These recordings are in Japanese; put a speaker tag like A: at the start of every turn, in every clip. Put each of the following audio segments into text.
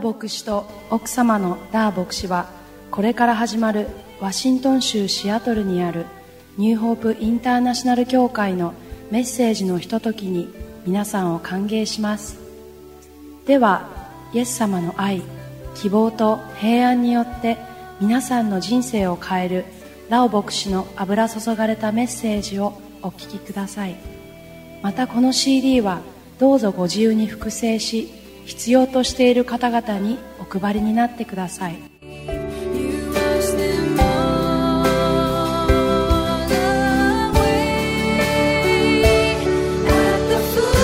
A: 牧師と奥様のダー牧師はこれから始まるワシントン州シアトルにあるニューホープインターナショナル協会のメッセージのひとときに皆さんを歓迎しますではイエス様の愛希望と平安によって皆さんの人生を変えるラオ牧師の油注がれたメッセージをお聞きくださいまたこの CD はどうぞご自由に複製し必要としている方々にお配りになってください
B: You wash them all away at the foot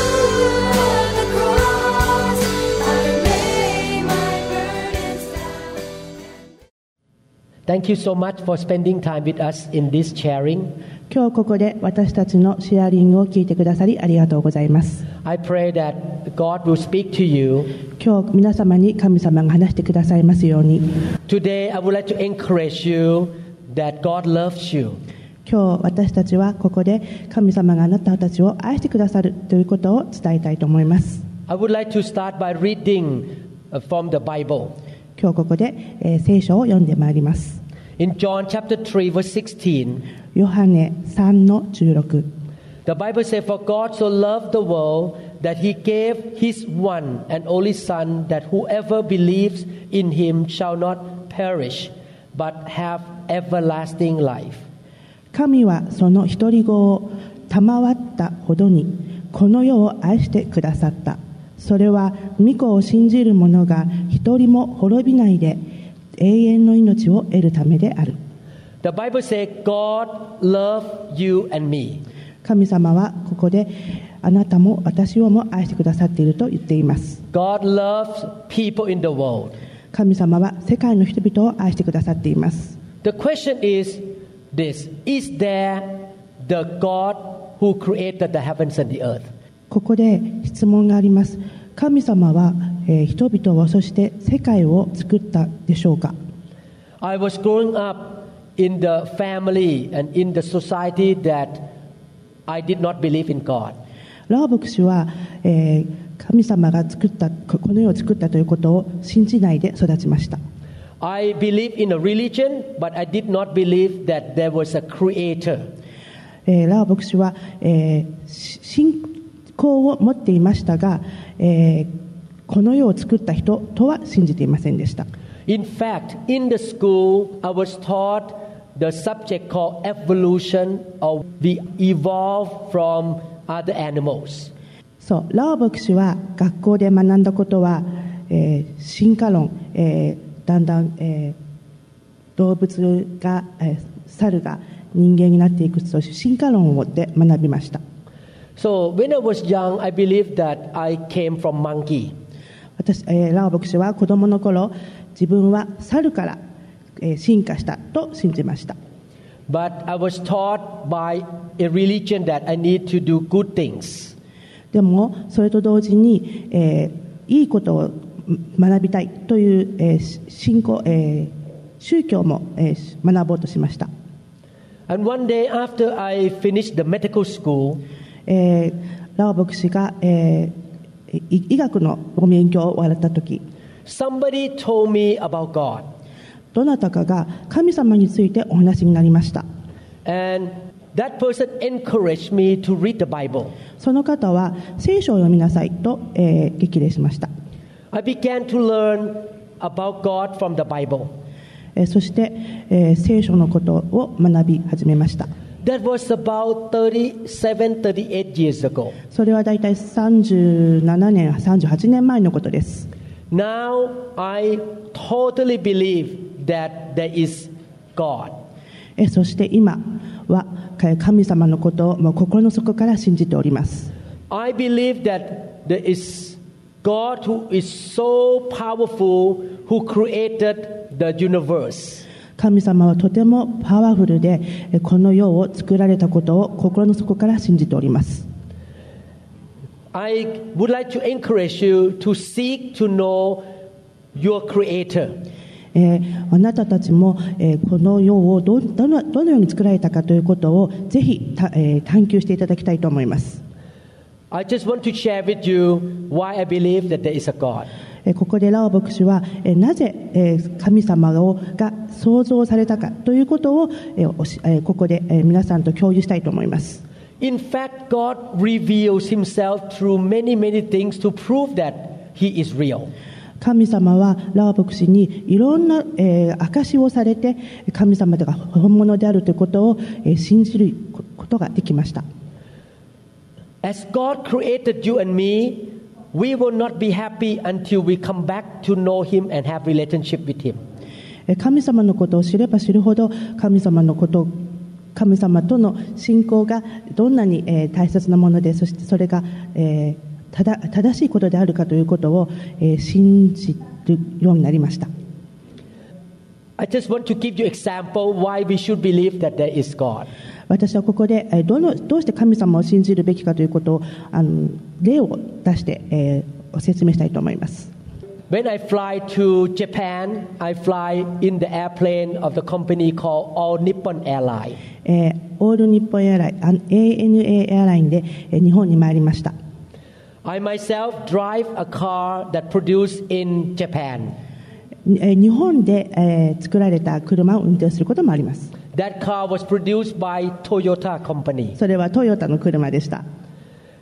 B: of the cross. I lay my burdens down.
C: Thank you so much for spending time with us in this sharing.
D: 今日ここで私たちのシェアリングを聞いてくださりありがとうございます
C: I pray that God will speak to you.
D: 今日皆様に神様が話してくださいますように
C: Today, I would like to encourage you that God loves you.
D: 今日私たちはここで神様があなたたちを愛してくださるということを伝えたいと思います
C: I would like to start by reading uh, from the Bible.
D: 今日ここで、えー聖書を読んでまいります
C: In John chapter 3, verse 16,
D: ヨハネ3の16
C: the Bible says, For God so loved the world that he gave his one and only Son, that whoever believes in him shall not perish, but have everlasting life.
D: 神はその独り子を賜ったほどにこの世を愛してくださったそれは御子を信じる者が一人も滅びないで永遠の命を得るためである
C: The Bible says, God loved you and me.
D: 神様はここであなたも私をも愛してくださっていると言っています
C: God loves people in the world.
D: 神様は世界の人々を愛してくださっています
C: The question is this Is there the God who created the heavens and the earth?
D: ここで質問があります神様は、えー人々をそして世界を作ったでしょうか
C: I was growing up in the family and in the society that I did not believe in God.
D: ラー牧師は、えー神様が作ったここの世を作ったということを信じないで育ちました
C: I believed in a religion, but I did not believe that there was a creator.
D: えーラー牧師は、えーし信仰を持っていましたが、えーこの世を作った人とは信じていませんでした
C: In fact, in the school, I was taught the subject called evolution, or we evolve from other animals.
D: そうラー牧師は学校で学んだことは、えー進化論、えーだんだん、えー動物が、えー猿が人間になっていくという進化論をで学びました
C: So when I was young, I believed that I came from monkey.
D: 私、えーラオ牧師は子供の頃自分は猿から、えー進化したと信じました
C: But I was taught by a religion that I need to do good things.
D: でもそれと同時に、えーいいことをん学びたいという、えーし信仰、えー宗教も、えーし学ぼうとしました、
C: And one day after I finished the medical school,
D: えーラオ牧師が、えーい医学のご勉強を終わった時
C: somebody told me about God.
D: どなたかが神様についてお話になりました
C: And that person encouraged me to read the Bible.
D: その方は聖書を読みなさいと、えー激励しました
C: I began to learn about God from the Bible.
D: えーそして、えー聖書のことを学び始めました
C: That was about 37, 38 years ago.
D: それはだいたい37年38年前のことです
C: Now I totally believe that there is God.
D: えーそして今はえー神様のことをもう心の底から信じております
C: I believe that there is God who is so powerful who created the universe.
D: 神様はとてもパワフルでえーこの世を作られたことを心の底から信じております
C: I would like to encourage you to seek to know your creator.
D: えーあなたたちも、えーこの世をどどのどのように作られたかということをぜひた、えー探求していただきたいと思います
C: I just want to share with you why I believe that there is a God.
D: えーここでラオ牧師は、えーなぜ、えー神様をが創造されたかということを、えーおしえーここで、えー皆さんと共有したいと思います。
C: In fact, God reveals himself through many, many things to prove that he is real.
D: 神様はラオ牧師にいろんな、えー証しをされて神様が本物であるということを、えー信じることができました。
C: As God created you and me, we will not be happy until we come back to know him and have relationship with him.
D: えー神様のことを知れば知るほど神様のこと神様との信仰がどんなに、えー大切なものでそしてそれが、えーただ正しいことであるかということを、えー信じるようになりました
C: I just want to give you example why we should believe that there is God.
D: 私はここで、えーどのどうして神様を信じるべきかということをあの例を出して、えーお説明したいと思います
C: When I fly to Japan, I fly in the airplane of the company called All Nippon Airline.
D: えーオール日本エアラインあ ANA エアラインで、えー日本に参りました
C: I myself drive a car that produced in Japan.
D: えー日本で、えー作られた車を運転することもあります
C: That car was produced by Toyota company.
D: それはトヨタの車でした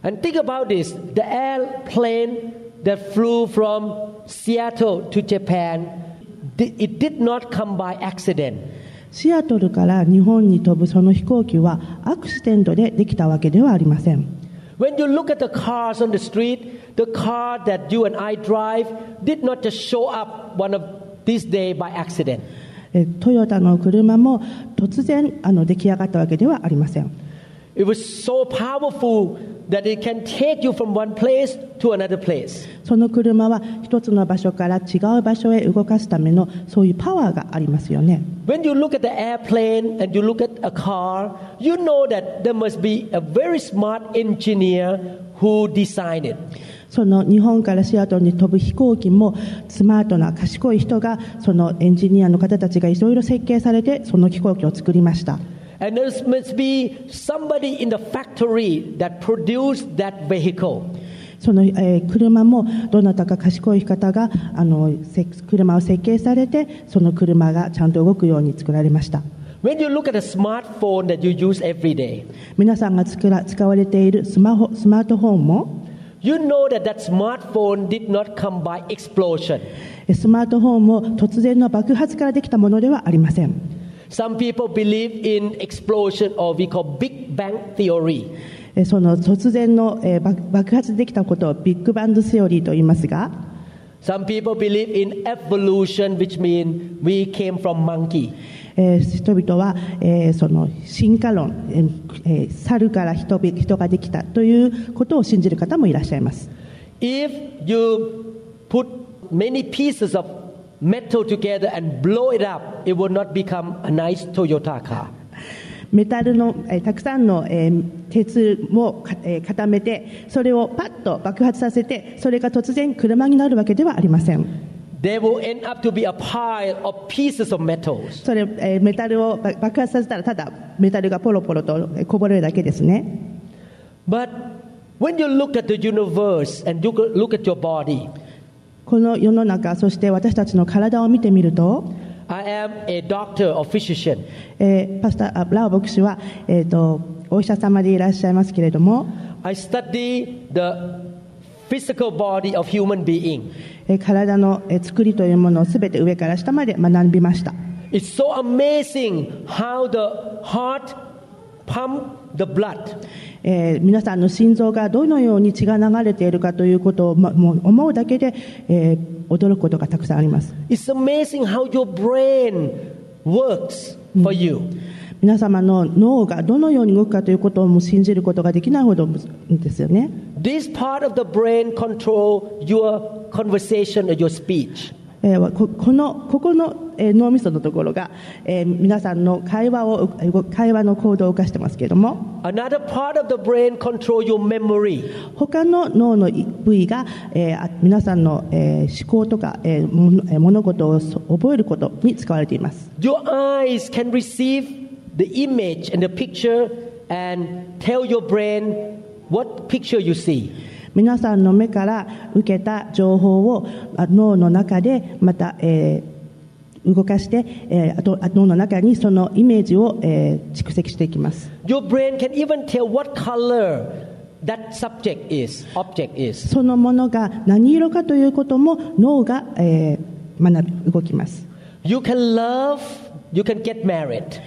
C: And think about this, the airplane that flew from Seattle to Japan, di- it did not come by accident.
D: シアトルから日本に飛ぶその飛行機はアクシデントでできたわけではありません
C: When you look at the cars on the street, the car that you and I drive did not just show up one of these day by accident.
D: えトヨタの車も突然あの出来上がったわけではありません
C: It was so powerful that it can take you from one place to another place.
D: その車は一つの場所から違う場所へ動かすためのそういうパワーがありますよね
C: When you look at the airplane and you look at a car, you know that there must be a very smart engineer who designed it.
D: その日本からシアトルに飛ぶ飛行機もスマートな賢い人がそのエンジニアの方たちがいろいろ設計されてその飛行機を作りました
C: And there must be somebody in the factory that produced that vehicle.
D: その、えー車もどなたか賢い方があのせ車を設計されてその車がちゃんと動くように作られました
C: When you look at a smartphone that you use every day,
D: 皆さんが作ら使われているスマホスマートフォンも
C: you know that that smartphone did not come by explosion.
D: えスマートフォンも突然の爆発からできたものではありません
C: Some people believe in explosion or we call Big Bang theory.
D: えその突然の、えー爆爆発できたことをビッグバンドセオリーと言いますが
C: Some people believe in evolution, which means we came from monkey.
D: えー人々は、えーその進化論、えーえー猿から人々人ができたということを信じる方もいらっしゃいます
C: If you put many pieces of metal together and blow it up, it will not become a nice Toyota car.
D: メタルの、えーたくさんの、えー鉄をか、えー固めてそれをパッと爆発させてそれが突然車になるわけではありません
C: There will end up to be a pile of pieces of metals.
D: それ、えーメタルをば爆発させたらただメタルがポロポロとえーこぼれるだけですね
C: But when you look at the universe and you look at your body,
D: この世の中そして私たちの体を見てみると
C: I am a doctor or physician.
D: えーパスタあラオ牧師は、えー、とお医者様でいらっしゃいますけれども、
C: I study the physical body of human being.
D: えー体の、えー作りというものを全て上から下まで学びました、
C: It's so amazing how the heart pump the blood.
D: えー皆さんの心臓がどのように血が流れているかということを、ま、もう思うだけで、えー驚くことがたくさんあります
C: It's amazing how your brain works for you.
D: 皆様の脳がどのように動くかということをもう信じることができないほどですよね
C: This part of the brain control your conversation or your speech.
D: えーここのここの、えー脳みそのところが、えー皆さんの会話をえー会話の行動を動かしてますけれども
C: Another part of the brain control your memory.
D: 他の脳の部位が、えーあ皆さんの、えー思考とか、えーものえー物事をそ覚えることに使われています
C: Your eyes can receive the image and the picture and tell your brain what picture you see.
D: 皆さんの目から受けた情報をあ脳の中でまた、えー動かして、えーあとあ脳の中にそのイメージを、えー蓄積していきます
C: Your brain can even tell what color that subject is, object is.
D: そのものが何色かということも脳が、えー学び動きます
C: You can love, you can get married.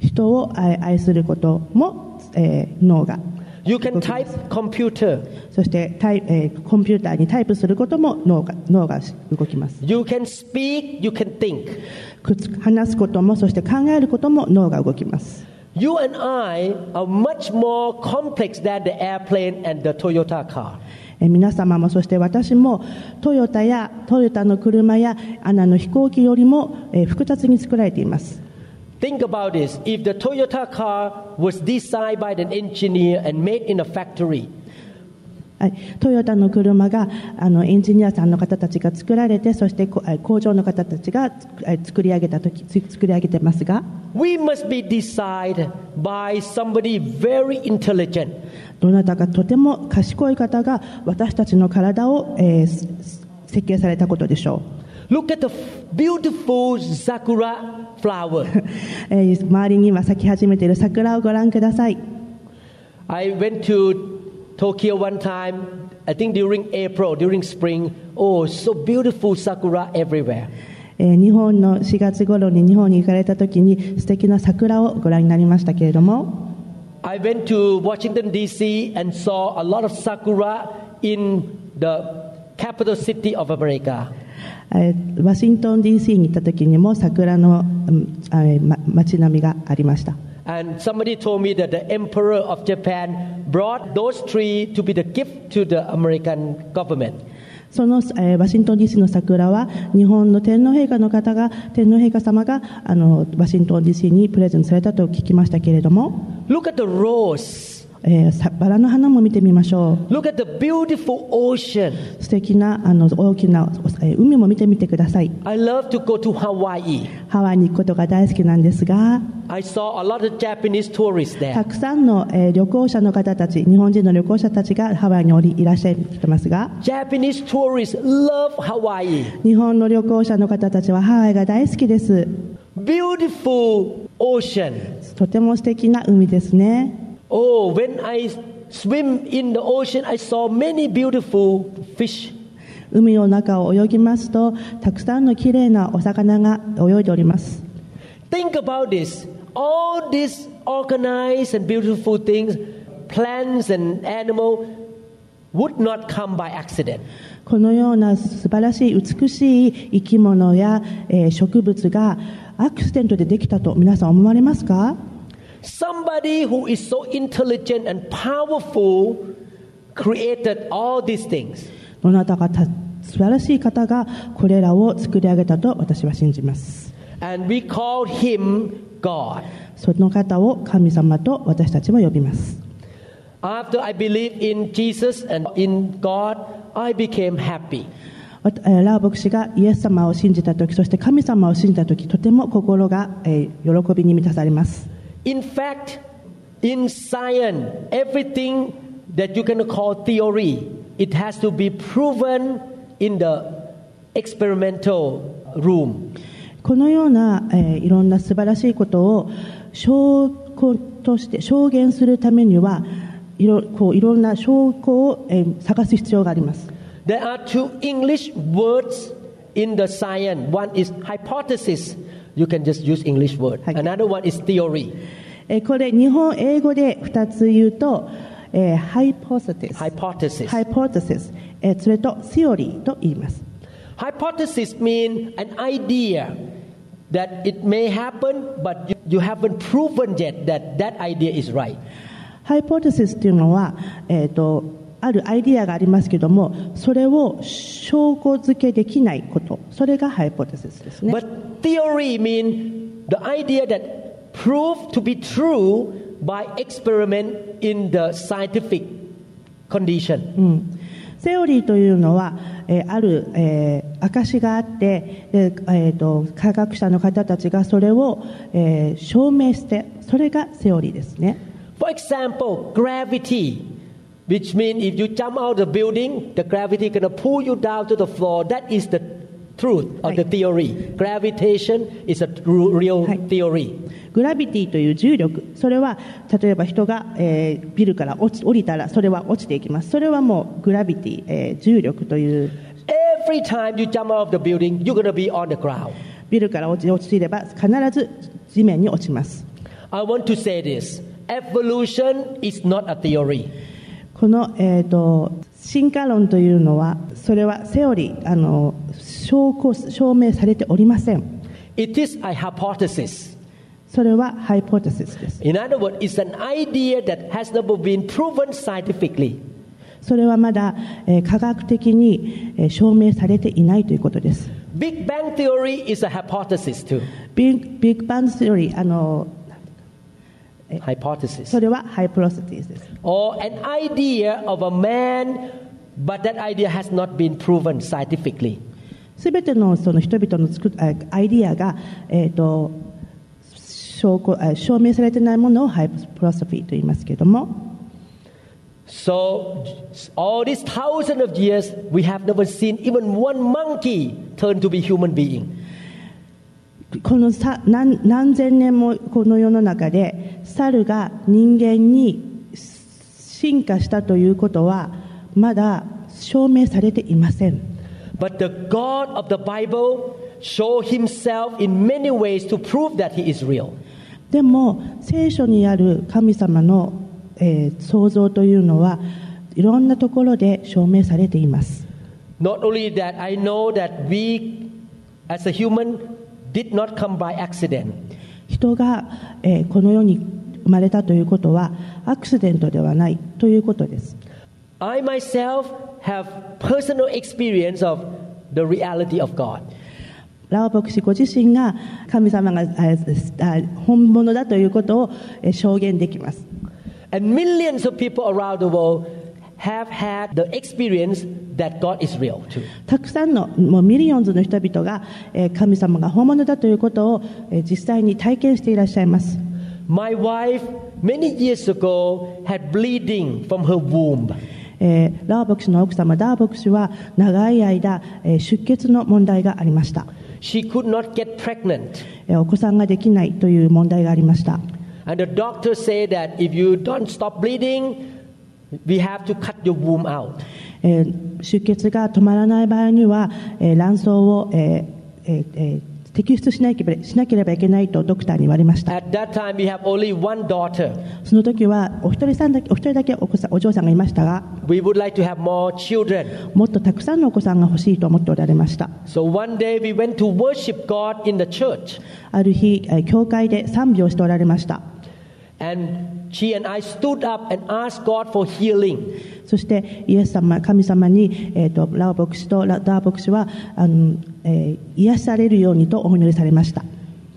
D: 人を愛愛することも、えー脳が
C: You can type computer.
D: そしてタイ、えーコンピューターにタイプすることも脳が脳が動きます
C: You can speak, you can think.
D: くつ話すこともそして考えることも脳が動きます
C: You and I are much more complex than the airplane and the Toyota car.
D: えー皆様もそして私もトヨタやトヨタの車やアナの飛行機よりも、えー複雑に作られています
C: Think about this. If the Toyota car was designed by an engineer and made in a factory,
D: はい、トヨタの車があのエンジニアさんの方たちが作られてそしてこえ工場の方たちがつえ作り上げた時つ作り上げてますが
C: we must be designed by somebody very intelligent.
D: どなたかとても賢い方が私たちの体を、えーすす設計されたことでしょ
C: Look at the f- beautiful sakura flower.
D: う、 えー周りには咲き始めている桜をご覧ください
C: I went to Tokyo one time, I think during April, during spring. Oh, so beautiful sakura everywhere.
D: えー日本の4月頃に日本に行かれた時に素敵な桜をご覧になりましたけれども
C: I went to Washington D.C. and saw a lot of sakura in the capital city of America.
D: えーワシントン DC に行った時にも桜の、うんあえーま街並みがありました
C: And somebody told me that the emperor of Japan brought those three to be the gift to the American government.
D: その、えーワシントン DC の桜は日本の天皇陛下の方が天皇陛下様があのワシントン DC にプレゼントされたと聞きましたけれども、
C: Look at the rose.
D: えーさバラの花も見てみましょ
C: Look at the beautiful ocean.
D: う素敵なあの大きな、えー海も見てみてください
C: I love to go to Hawaii.
D: ハワイに行くことが大好きなんですが
C: I saw a lot of Japanese tourists
D: た
C: there.
D: くさんの、えー旅行者の方たち日本人の旅行者たちがハワイにおりいらっしゃってますが
C: Japanese tourists love Hawaii.
D: 日本の旅行者の方たちはハワイが大好きです
C: Beautiful ocean.
D: とても素敵な海ですね
C: Oh, when I swim in the ocean, I saw many beautiful fish.
D: 海の中を泳ぎますとたくさんのきれいなお魚が泳いでおります
C: Think about this. All these organized and beautiful things, plants and animal, would not come by accident.
D: このような素晴らしい美しい生き物や、えー植物がアクシデントでできたと皆さん思われますか
C: Somebody who is so intelligent and powerful created all these things.
D: どなたかた素晴らしい方がこれらを作り上げたと私は信じます
C: And we call him God.
D: その方を神様と私たちは呼びます
C: After I believed in Jesus and in God, I became happy.
D: わたえーラー牧師がイエス様を信じた時そして神様を信じた時とても心が、えー喜びに満たされます
C: In fact, in science, everything that you can call theory, it has to be proven in the experimental room.
D: このような、えーいろんな素晴らしいことを証拠として証言するためにはいろこういろんな証拠を、えー探す必要があります
C: There are two English words in the science. One is hypothesis. You can just use English word.
D: Hi.
C: Another one is theory.
D: えーこれ日本英語で2つ言うと、えー、ハイポーティス
C: Hypothesis.
D: ハイポーティス、えーそれとセオリーと言います
C: Hypothesis means an idea that it may happen, but you, you haven't proven yet that that idea is right.
D: ハイポーティスというのは、えー、とあるアイディアがありますけどもそれを証拠付けできないことそれがハイポーティスですね
C: But theory means the idea that proved to be true by experiment in the scientific condition.
D: うんセオリーというのは、えーある、えー証があって、でえーと科学者の方たちがそれを、えー証明してそれがセオリーですね、
C: For example, gravity. Which means if you jump out of the building, the gravity going to pull you down to the floor. That is the truth of the
D: Right.
C: theory. Gravitation is a true, real
D: Right.
C: theory.
D: グラビティという重力それは例えば人が、えービルから落ち降りたらそれは落ちていきますそれはもうグラビティ、えー重力という
C: Every time you jump out of the building, you're going to be on the ground.
D: ビルから落ち落ちれば必ず地面に落ちます
C: I want to say this evolution is not a theory.
D: この、えー、と進化論というのはそれはセオリーあの証拠証明されておりません
C: It is a hypothesis.
D: それはハイポテシスです
C: In other words, it's an idea that has never been proven scientifically.
D: それはまだ、えー科学的に、えー証明されていないということです
C: Big Bang theory is a hypothesis too.
D: ビッグビッグバンセオリーあの
C: Hypothesis.
D: それはハイプロセティスです
C: or an idea of a man, but that idea has not been proven scientifically.
D: すべてのその人々の作っあアイディアが、えー、と証拠あ証明されてないものをハイプロソフィーと言いますけれども
C: So, all these thousands of years, we have never seen even one monkey turn to be human being.
D: このさ何何千年もこの世の中で猿が人間に進化したということはまだ証明されていません
C: But the God of the Bible showed himself in many ways to prove that he is real.
D: でも聖書にある神様の、えー創造というのはいろんなところで証明されています
C: Not only that, I know that we, as a human, did not come by accident.
D: 人が、えーこの世に生まれたということはアクシデントではないということです
C: I myself have personal experience of the reality of God.
D: ラオ牧師ご自身が神様がああ本物だということをえー証言できます
C: And millions of people around the world have had the experience that God is real too.
D: たくさんのもうミリオンズの人々がえー神様が本物だということをえー実際に体験していらっしゃいます
C: My wife, many years ago, had bleeding from her womb.
D: えーラオ牧師の奥様ダー牧師は長い間えー出血の問題がありました
C: She could not get pregnant.
D: えーお子さんができないという問題がありました
C: And the doctor said that if you don't stop bleeding, we have to cut your womb out.
D: えー出血が止まらない場合には、えー卵巣を、えーえーえー摘出しなければしなければいけないとドクターに言われました
C: At that time, we have only one daughter.
D: その時はお一人さんだけお一人だけお子さんお嬢さんがいましたが
C: We would like to have more children.
D: もっとたくさんのお子さんが欲しいと思っておられました
C: So one day we went to worship God in the church.
D: ある日、えー教会で賛美をしておられました
C: And she and I stood up and asked God for healing.
D: そしてイエス様神様に、えー、とラオ牧師とラダー牧師はあの、えー癒されるようにとお祈りされました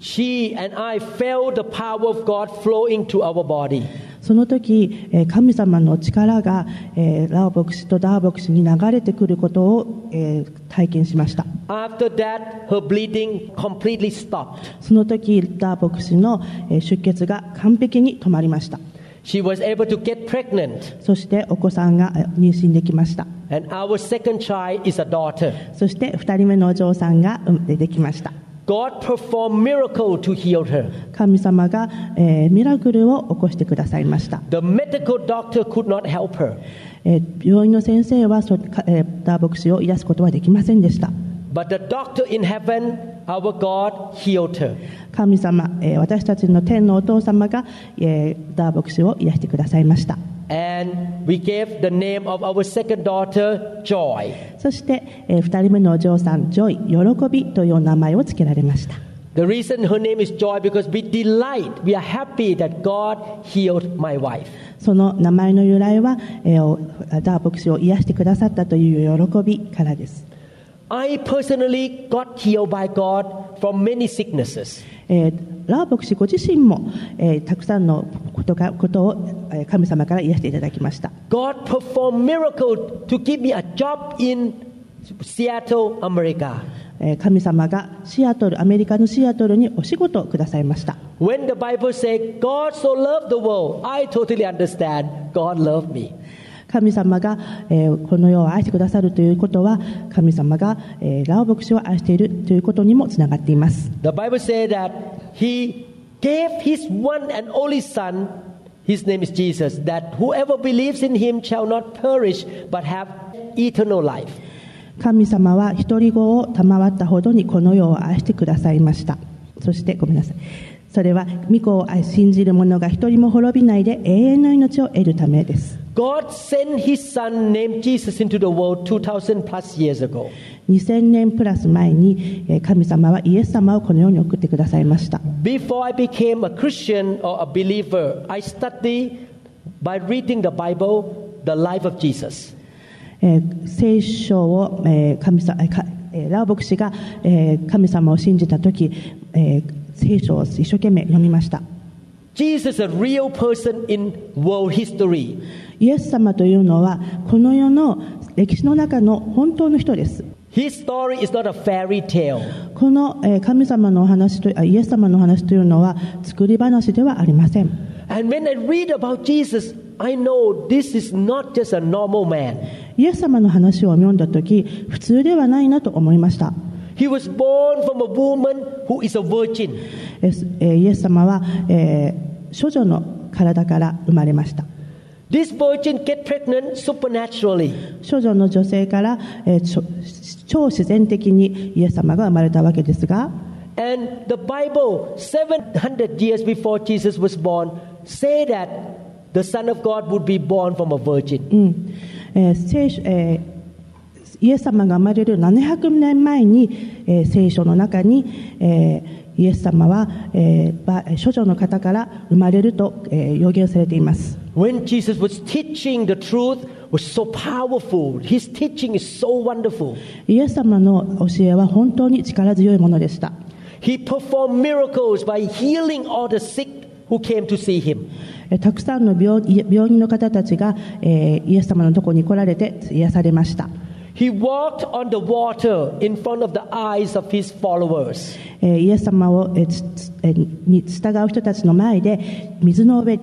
C: She and I felt the power of God flowing to our body.
D: その時、えー神様の力が、えーラオ牧師とダー牧師に流れてくることを、えー体験しました
C: After that, her bleeding completely stopped.
D: その時ダー牧師の、えー出血が完璧に止まりました
C: She was able to get pregnant.
D: そしてお子さんがえー妊娠できました
C: And our second child is a daughter.
D: そして2人目のお嬢さんがうんできました
C: God performed miracle to heal her.
D: 神様が、えーミラクルを起こしてくださいました、
C: The medical doctor could not help her,
D: えー病院の先生はそかえーダー牧師を癒すことはできませんでした
C: but the doctor in heaven, our God, healed her.
D: 神様、えー私たちの天のお父様が、えーダー牧師を癒してくださいました
C: And we gave the name of our second daughter Joy.
D: そして、え2人目のお嬢さんジョイ喜びというお名前を付けられました
C: The reason her name is Joy because we delight, we are happy that God healed my wife.
D: その名前の由来は、えーおダー牧師を癒してくださったという喜びからです
C: I personally got healed by God from many sicknesses.
D: えーラー牧師ご自身も、えーたくさんのことがことをえー神様から癒していただきました
C: God performed miracle to give me a job in Seattle, America.
D: えー神様がシアトルアメリカのシアトルにお仕事をくださいました
C: When the Bible says God so loved the world, I totally understand God loved me.
D: 神様が、えーこの世を愛してくださるということは神様が、えーラオ牧師を愛しているということにもつながっています
C: The Bible says that he gave his one and only son, his name is Jesus, that whoever believes in him shall not perish but have eternal life.
D: 神様は独り子を賜ったほどにこの世を愛してくださいましたそしてごめんなさいそれは御子を愛し信じる者が一人も滅びないで永遠の命を得るためです
C: God sent his son named Jesus into the world 2000 plus years ago.
D: 2000年プラス前にえー神様はイエス様をこの世に送ってくださいました
C: Before I became a Christian or a believer, I studied by reading the Bible the life of Jesus.
D: えー聖書を、えー神様えーかえーラオ牧師が、えー神様を信じた時、えー聖書を一生懸命読みました
C: Jesus, a real person in world history.
D: イエス様というのはこの世の歴史の中の本当の人です
C: His story is not a fairy tale.
D: この、えー神様のお話とあイエス様のお話というのは作り話ではありません
C: And when I read about Jesus, I know this is not just a normal man.
D: イエス様の話を読んだ時普通ではないなと思いました
C: He was born from a woman who is a virgin.
D: えすえーイエス様は、えー処女の体から生まれました
C: This virgin get pregnant supernaturally.
D: 処女の女性から、えーちょ超自然的にイエス様が生まれたわけですが
C: And the Bible, 700 years before Jesus was born, say that the Son of God would be born from a virgin.
D: うんえー聖書えーイエス様が生まれる700年前に、えー聖書の中に、えーイエス様は、えーば処女の方から生まれると、えー予言されています
C: When Jesus was teaching the truth was so powerful. His teaching is so wonderful.
D: イエス様の教えは本当に力強いものでした
C: He performed miracles by healing all the sick who came to see him.
D: えーたくさんの病病人の方たちが、えーイエス様のところに来られて癒されました
C: He walked on the water in front of the eyes of his followers.
D: えーイエス様をえーつつえーに従う人たちの前で水の上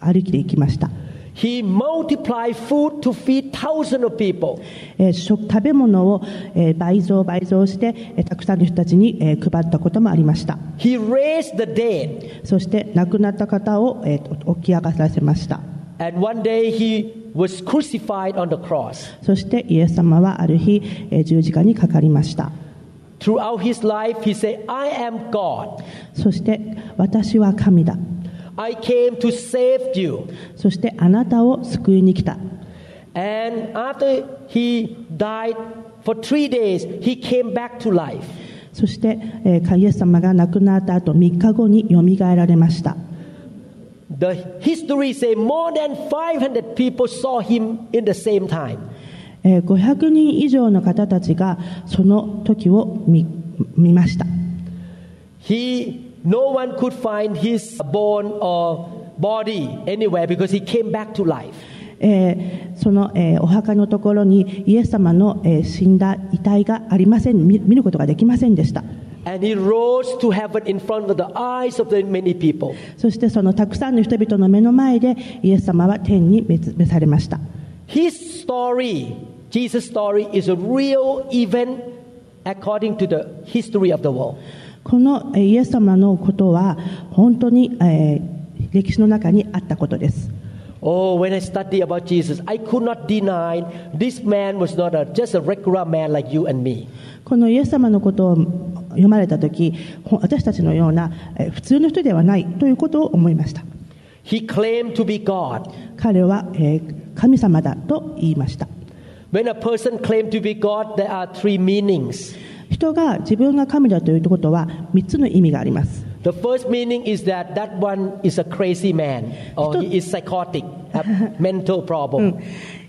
D: 歩きで行きました、
C: He multiplied food to feed thousands of people.
D: えー食食べ物をえー倍増倍増してえーたくさんの人たちにえー配ったこともありました
C: He raised the dead.
D: そして亡くなった方をえー起き上がらせました
C: And one day he was crucified on the cross.
D: そしてイエス様はある日えー十字架にかかりました
C: Throughout his life, he said, I am God.
D: そして私は神だ
C: I came to save you.
D: そしてあなたを救いに来た
C: And after he died for three days, he came back to life.
D: そしてえーイエス様が亡くなった後3日後によみがえられました
C: The history say more than 500 people saw him in the same time.
D: えー500人以上の方たちがその時を見見ました
C: He, no one could find his bone or body anywhere because he came back to life.
D: えーその、えーお墓のところにイエス様の、えー死んだ遺体がありません見見ることができませんでした
C: And he rose to heaven in front of the eyes of the many people.
D: そしてそのたくさんの人々の目の前でイエス様は天に召召されました
C: His story, Jesus' story, is a real event according to the history of the world.
D: この、えーイエス様のことは本当に、えー歴史の中にあったことです
C: Oh, when I study about Jesus, I could not deny this man was not a, just a regular man like you and me.
D: このイエス様のことを読まれた時ほ私たちのようなえー普通の人ではないということを思いました
C: He claimed to be God.
D: 彼は、えー神様だと言いました
C: When a person claims to be God, there are three meanings.
D: 人が自分が神だということは3つの意味があります
C: The first meaning is that that one is a crazy man or he is psychotic, have mental
D: う
C: problem.
D: ん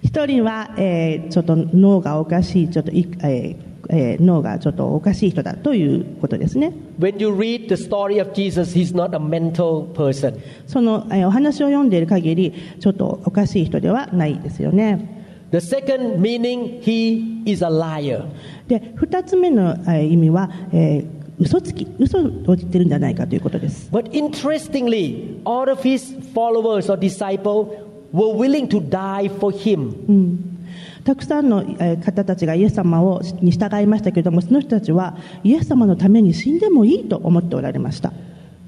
D: 一人は、えーちょっと脳がおかしいちょっとい、えーえー脳がちょっとおかしい人だということですね
C: When you read the story of Jesus, he's not a mental person.
D: その、えーお話を読んでいる限りちょっとおかしい人ではないですよね
C: The second meaning, he is a liar.
D: で2つ目の、えー意味は、えー嘘つき嘘を言ってるんじゃないかということです
C: But interestingly, all of his followers or disciples were willing to die for him.
D: うん、たくさんのえー方たちがイエス様をに従いましたけれどもその人たちはイエス様のために死んでもいいと思っておられました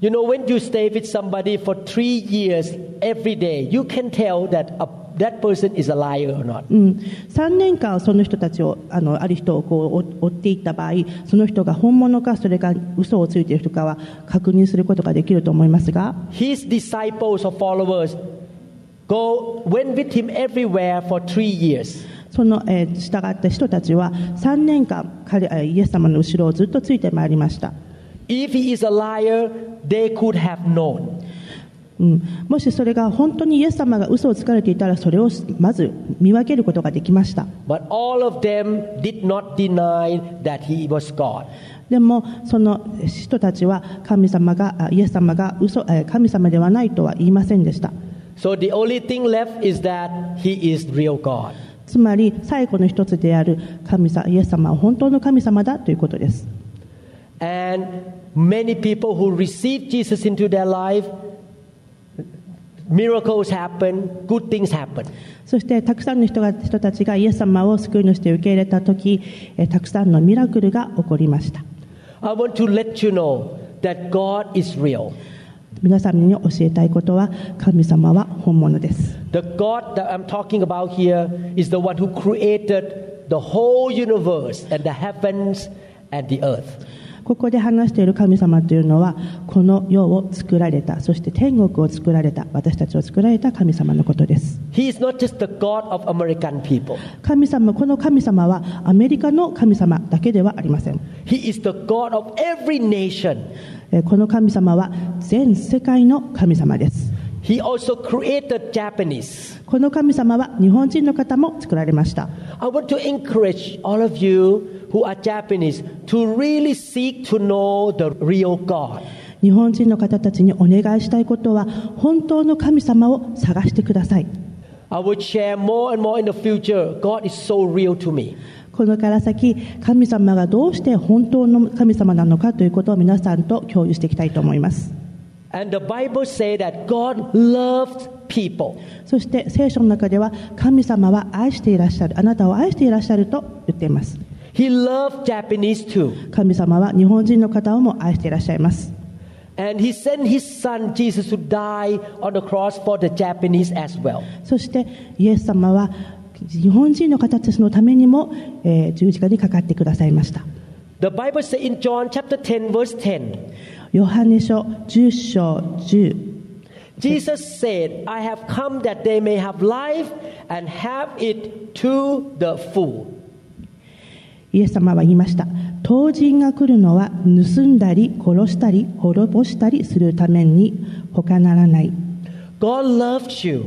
C: You know, when you stay with somebody for three years every day, you can tell that a, that person is a liar or not.
D: うん、3年間その人たちをあのある人をこう追追っていった場合その人が本物かそれが嘘をついている人かは確認することができると思いますが
C: His disciples or followers go went with him everywhere for three years.
D: その、えー従った人たちは3年間彼えーイエス様の後ろをずっとついてまいりました、
C: If he is a liar, they could have known.
D: うん、もしそれが本当にイエス様が嘘をつかれていたらそれをまず見分けることができました
C: But all of them did not deny that he was God.
D: でもその人たちは神様があイエス様が嘘えー神様ではないとは言いませんでした
C: So the only thing left is that he is real God.
D: つまり最後の一つである神様イエス様は本当の神様だということです
C: And many people who received Jesus into their life, miracles happen, good things happen.
D: そしてたくさんの人が人たちがイエス様を救い主として受け入れた時えーたくさんのミラクルが起こりました
C: I want to let you know that God is real.
D: 皆さんに教えたいことは神様は本物です
C: The God that I'm talking about here is the one who created the whole universe and the heavens and the earth.
D: ここで話している神様というのはこの世を作られたそして天国を作られた私たちを作られた神様のことです
C: He is not just the God of American people.
D: 神様この神様はアメリカの神様だけではありません
C: He is the God of every nation.
D: えーこの神様は全世界の神様です
C: He also created Japanese.
D: この神様は日本人の方も作られました
C: I want to encourage all of you who are Japanese to really seek to know the real God.
D: 日本人の方たちにお願いしたいことは本当の神様を探してください
C: I will share more and more in the future. God is so real to me.
D: このから先神様がどうして本当の神様なのかということを皆さんと共有していきたいと思います
C: And the Bible say that God loves people.
D: そして聖書の中では神様は愛していらっしゃるあなたを愛していらっしゃると言っています
C: He loved Japanese too.
D: 神様は日本人の方をも愛していらっしゃいます
C: And he sent his son Jesus to die on the cross for the Japanese as well.
D: そしてイエス様は日本人の方たちのためにも、えー十字架にかかってくださいました
C: The Bible say in John chapter 10 verse 10,
D: ヨハネ書10章10
C: Jesus said, I have come that they may have life and have it to the full.
D: イエス様は言いました当人が来るのは盗んだり殺したり滅ぼしたりするために他ならない
C: God loved you,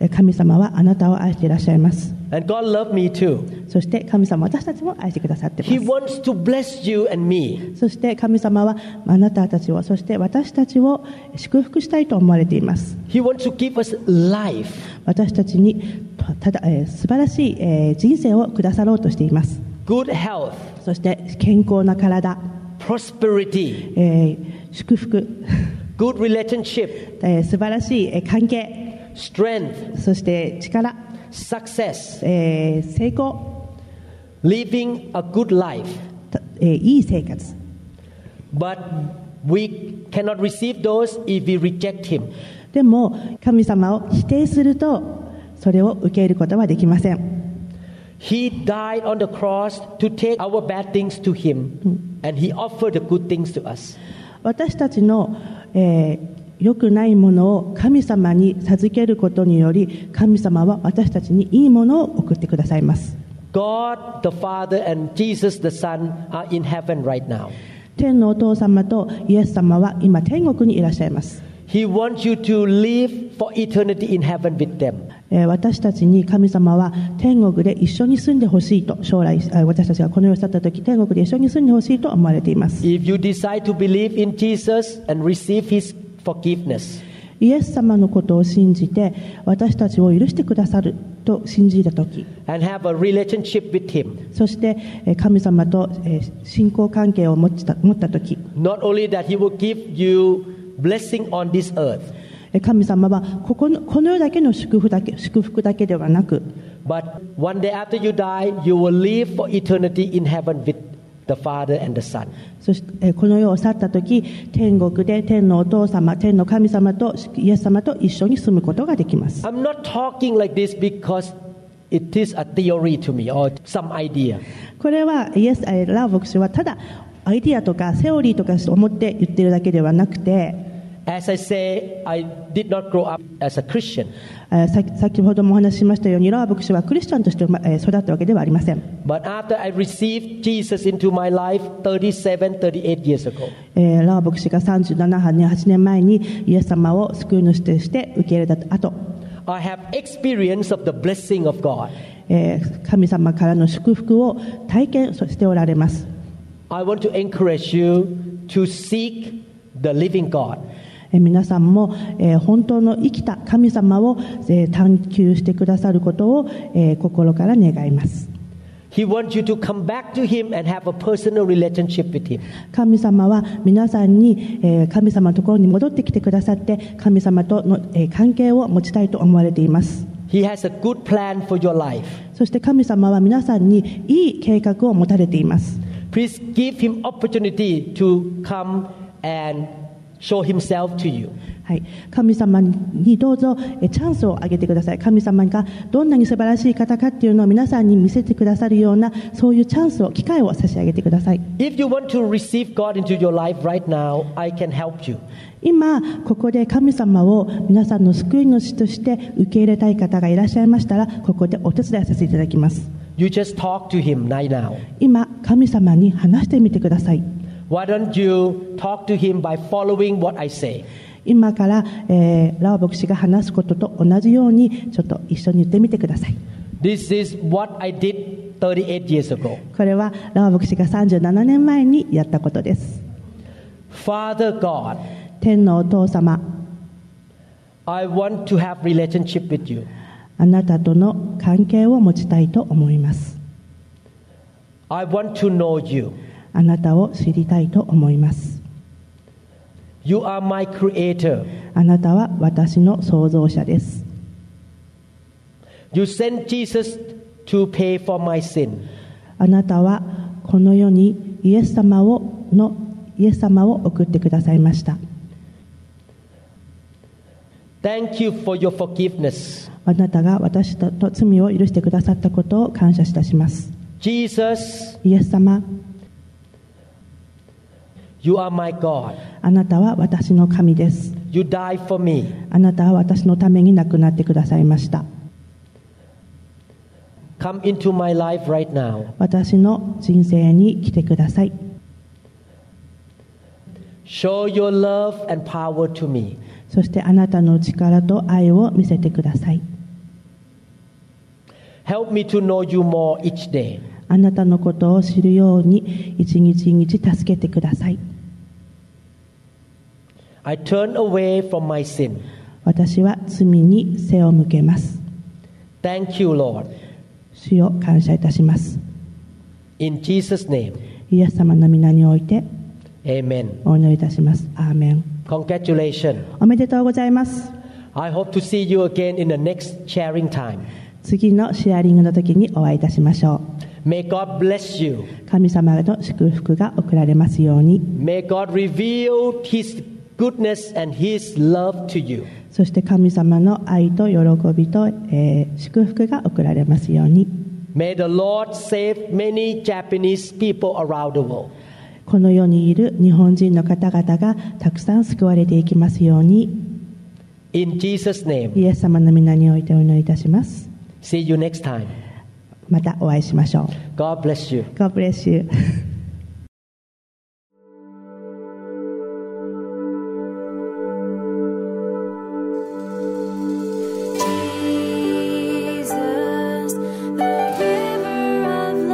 D: えー神様はあなたを愛していらっしゃいます
C: and God loved me too.
D: そして神様は私たちも愛してくださってい
C: He
D: ます
C: wants to bless you and me.
D: そして神様はあなたたちをそして私たちを祝福したいと思われています
C: He wants to give us life,
D: 私たちにただ、えー素晴らしい、えー人生をくださろうとしています
C: good health,
D: そして健康な体、
C: prosperity,
D: えー祝福、
C: good relationship,
D: えー素晴らしいえー関係
C: strength,
D: そして力、
C: success,
D: えー成功、
C: living a good life.
D: たえーいい生活
C: But we cannot receive those if we reject Him.
D: でも神様を否定するとそれを受け入れることはできません
C: He died on the cross to take our bad things to Him, and He offered the good things to us.
D: 私たちの、えー良くないものを神様に授けることにより神様は私たちにいいものを送ってくださいます
C: God the Father and Jesus the Son are in heaven right now.
D: 天のお父様とイエス様は今天国にいらっしゃいます
C: He wants you to live for eternity in heaven with them.
D: えー私たちに神様は天国で一緒に住んでほしいと将来えー私たちがこの世を去った時天国で一緒に住んでほしいと思われています
C: If you decide to believe in Jesus and receive His forgiveness,
D: イエス様のことを信じて私たちを許してくださると信じた時
C: and have a relationship with Him,
D: そしてえー神様とえー信仰関係を持ちた持った時
C: not only that He will give you blessing on this earth,
D: え神様はここのこの世だけの祝福だけ祝福だけではなく
C: But one day after you die, you will live for eternity in heaven with the Father and the Son.
D: そしてえーこの世を去った時天国で天のお父様天の神様とイエス様と一緒に住むことができます
C: I'm not talking like this because it is a theory to me or some idea.
D: これはイエスえーラー牧師はただアイディアとかセオリーとか思って言ってるだけではなくて
C: As I say, I did not grow up as a Christian,
D: えーさ先ほどもお話ししましたようにラー牧師はクリスチャンとして生まえー育ったわけではありません、
C: but after I received Jesus into my life 37, 38 years ago,
D: えーラー牧師が37年8年前にイエス様を救い主として受け入れた後
C: I have experience of the blessing of God.
D: えー神様からの祝福を体験そしておられます
C: I want to encourage you to seek the living God.
D: えー皆さんも、えー本当の生きた神様を、えー探求してくださることを、えー心から願います
C: He wants you to come back to Him and have a personal relationship with Him.
D: 神様は皆さんに、えー神様のところに戻ってきてくださって神様との、えー関係を持ちたいと思われています
C: He has a good plan for your life.
D: そして神様は皆さんにいい計画を持たれています
C: Please give Him opportunity to come and show Himself to you.
D: はい、神様にどうぞえチャンスをあげてください神様がどんなに素晴らしい方かっていうのを皆さんに見せてくださるようなそういうチャンスを機会を差し上げてください
C: If you want to receive God into your life right now, I can help you.
D: 今ここで神様を皆さんの救い主として受け入れたい方がいらっしゃいましたらここでお手伝いさせていただきます
C: You just talk to Him right now.
D: 今神様に話してみてください
C: Why don't you talk to Him by following what I say?
D: 今から、えーラオ牧師が話すことと同じようにちょっと一緒に言ってみてください
C: This is what I did 38 years ago.
D: これはラオ牧師が37年前にやったことです
C: Father God,
D: 天のお父様
C: I want to have relationship with you.
D: あなたとの関係を持ちたいと思います
C: I want to know you.
D: あなたを知りたいと思います
C: You are my creator.
D: あなたは私の創造者です
C: You sent Jesus to pay for my sin.
D: あなたはこの世にイエス様をのイエス様を送ってくださいました。
C: Thank you for your forgiveness.
D: あなたが私と罪を許してくださったことを感謝いたします。
C: Jesus,
D: イエス様、
C: you are my God.
D: あなたは私の神です。
C: You died for me.
D: あなたは私のために亡くなってくださいました。
C: Come into my life right now.
D: 私の人生に来てください。
C: Show your love and power to me.
D: そしてあなたの力と愛を見せてください。
C: Help me to know you more each day.
D: あなたのことを知るように一日一日助けてください。
C: I turn away from my sin.
D: 私は罪に背を向けます。
C: Thank you, Lord.
D: 主を感謝いたします。
C: In Jesus' name,
D: イエス様の皆において
C: amen.
D: お祈りいたします。アーメン。
C: Congratulations.
D: おめでとうございます。
C: I hope to see you again in the next sharing time.
D: 次のシェアリングの時にお会いいたしましょ
C: May God bless you.
D: う。神様の祝福が送られますように。
C: May God reveal His goodness and His love to you.
D: そして神様の愛と喜びと、えー祝福が送られますように。
C: May the Lord save many Japanese people around the world.
D: この世にいる日本人の方々がたくさん救われていきますように。
C: In Jesus' name,
D: イエス様の皆においてお祈りいたします。
C: see you next time.
D: またお会いしましょう。
C: God bless you.
D: God bless you.
B: Jesus, the giver of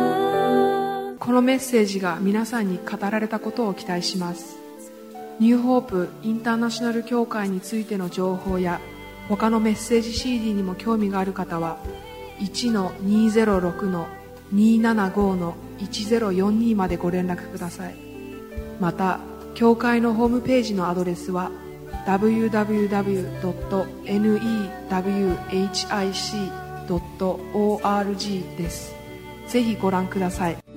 B: love.
E: このメッセージが皆さんに語られたことを期待しますニューホープインターナショナル協会についての情報や他のメッセージ CD にも興味がある方は1-206-275-1042までご連絡くださいまた教会のホームページのアドレスは www.newhic.org です。ぜひご覧ください。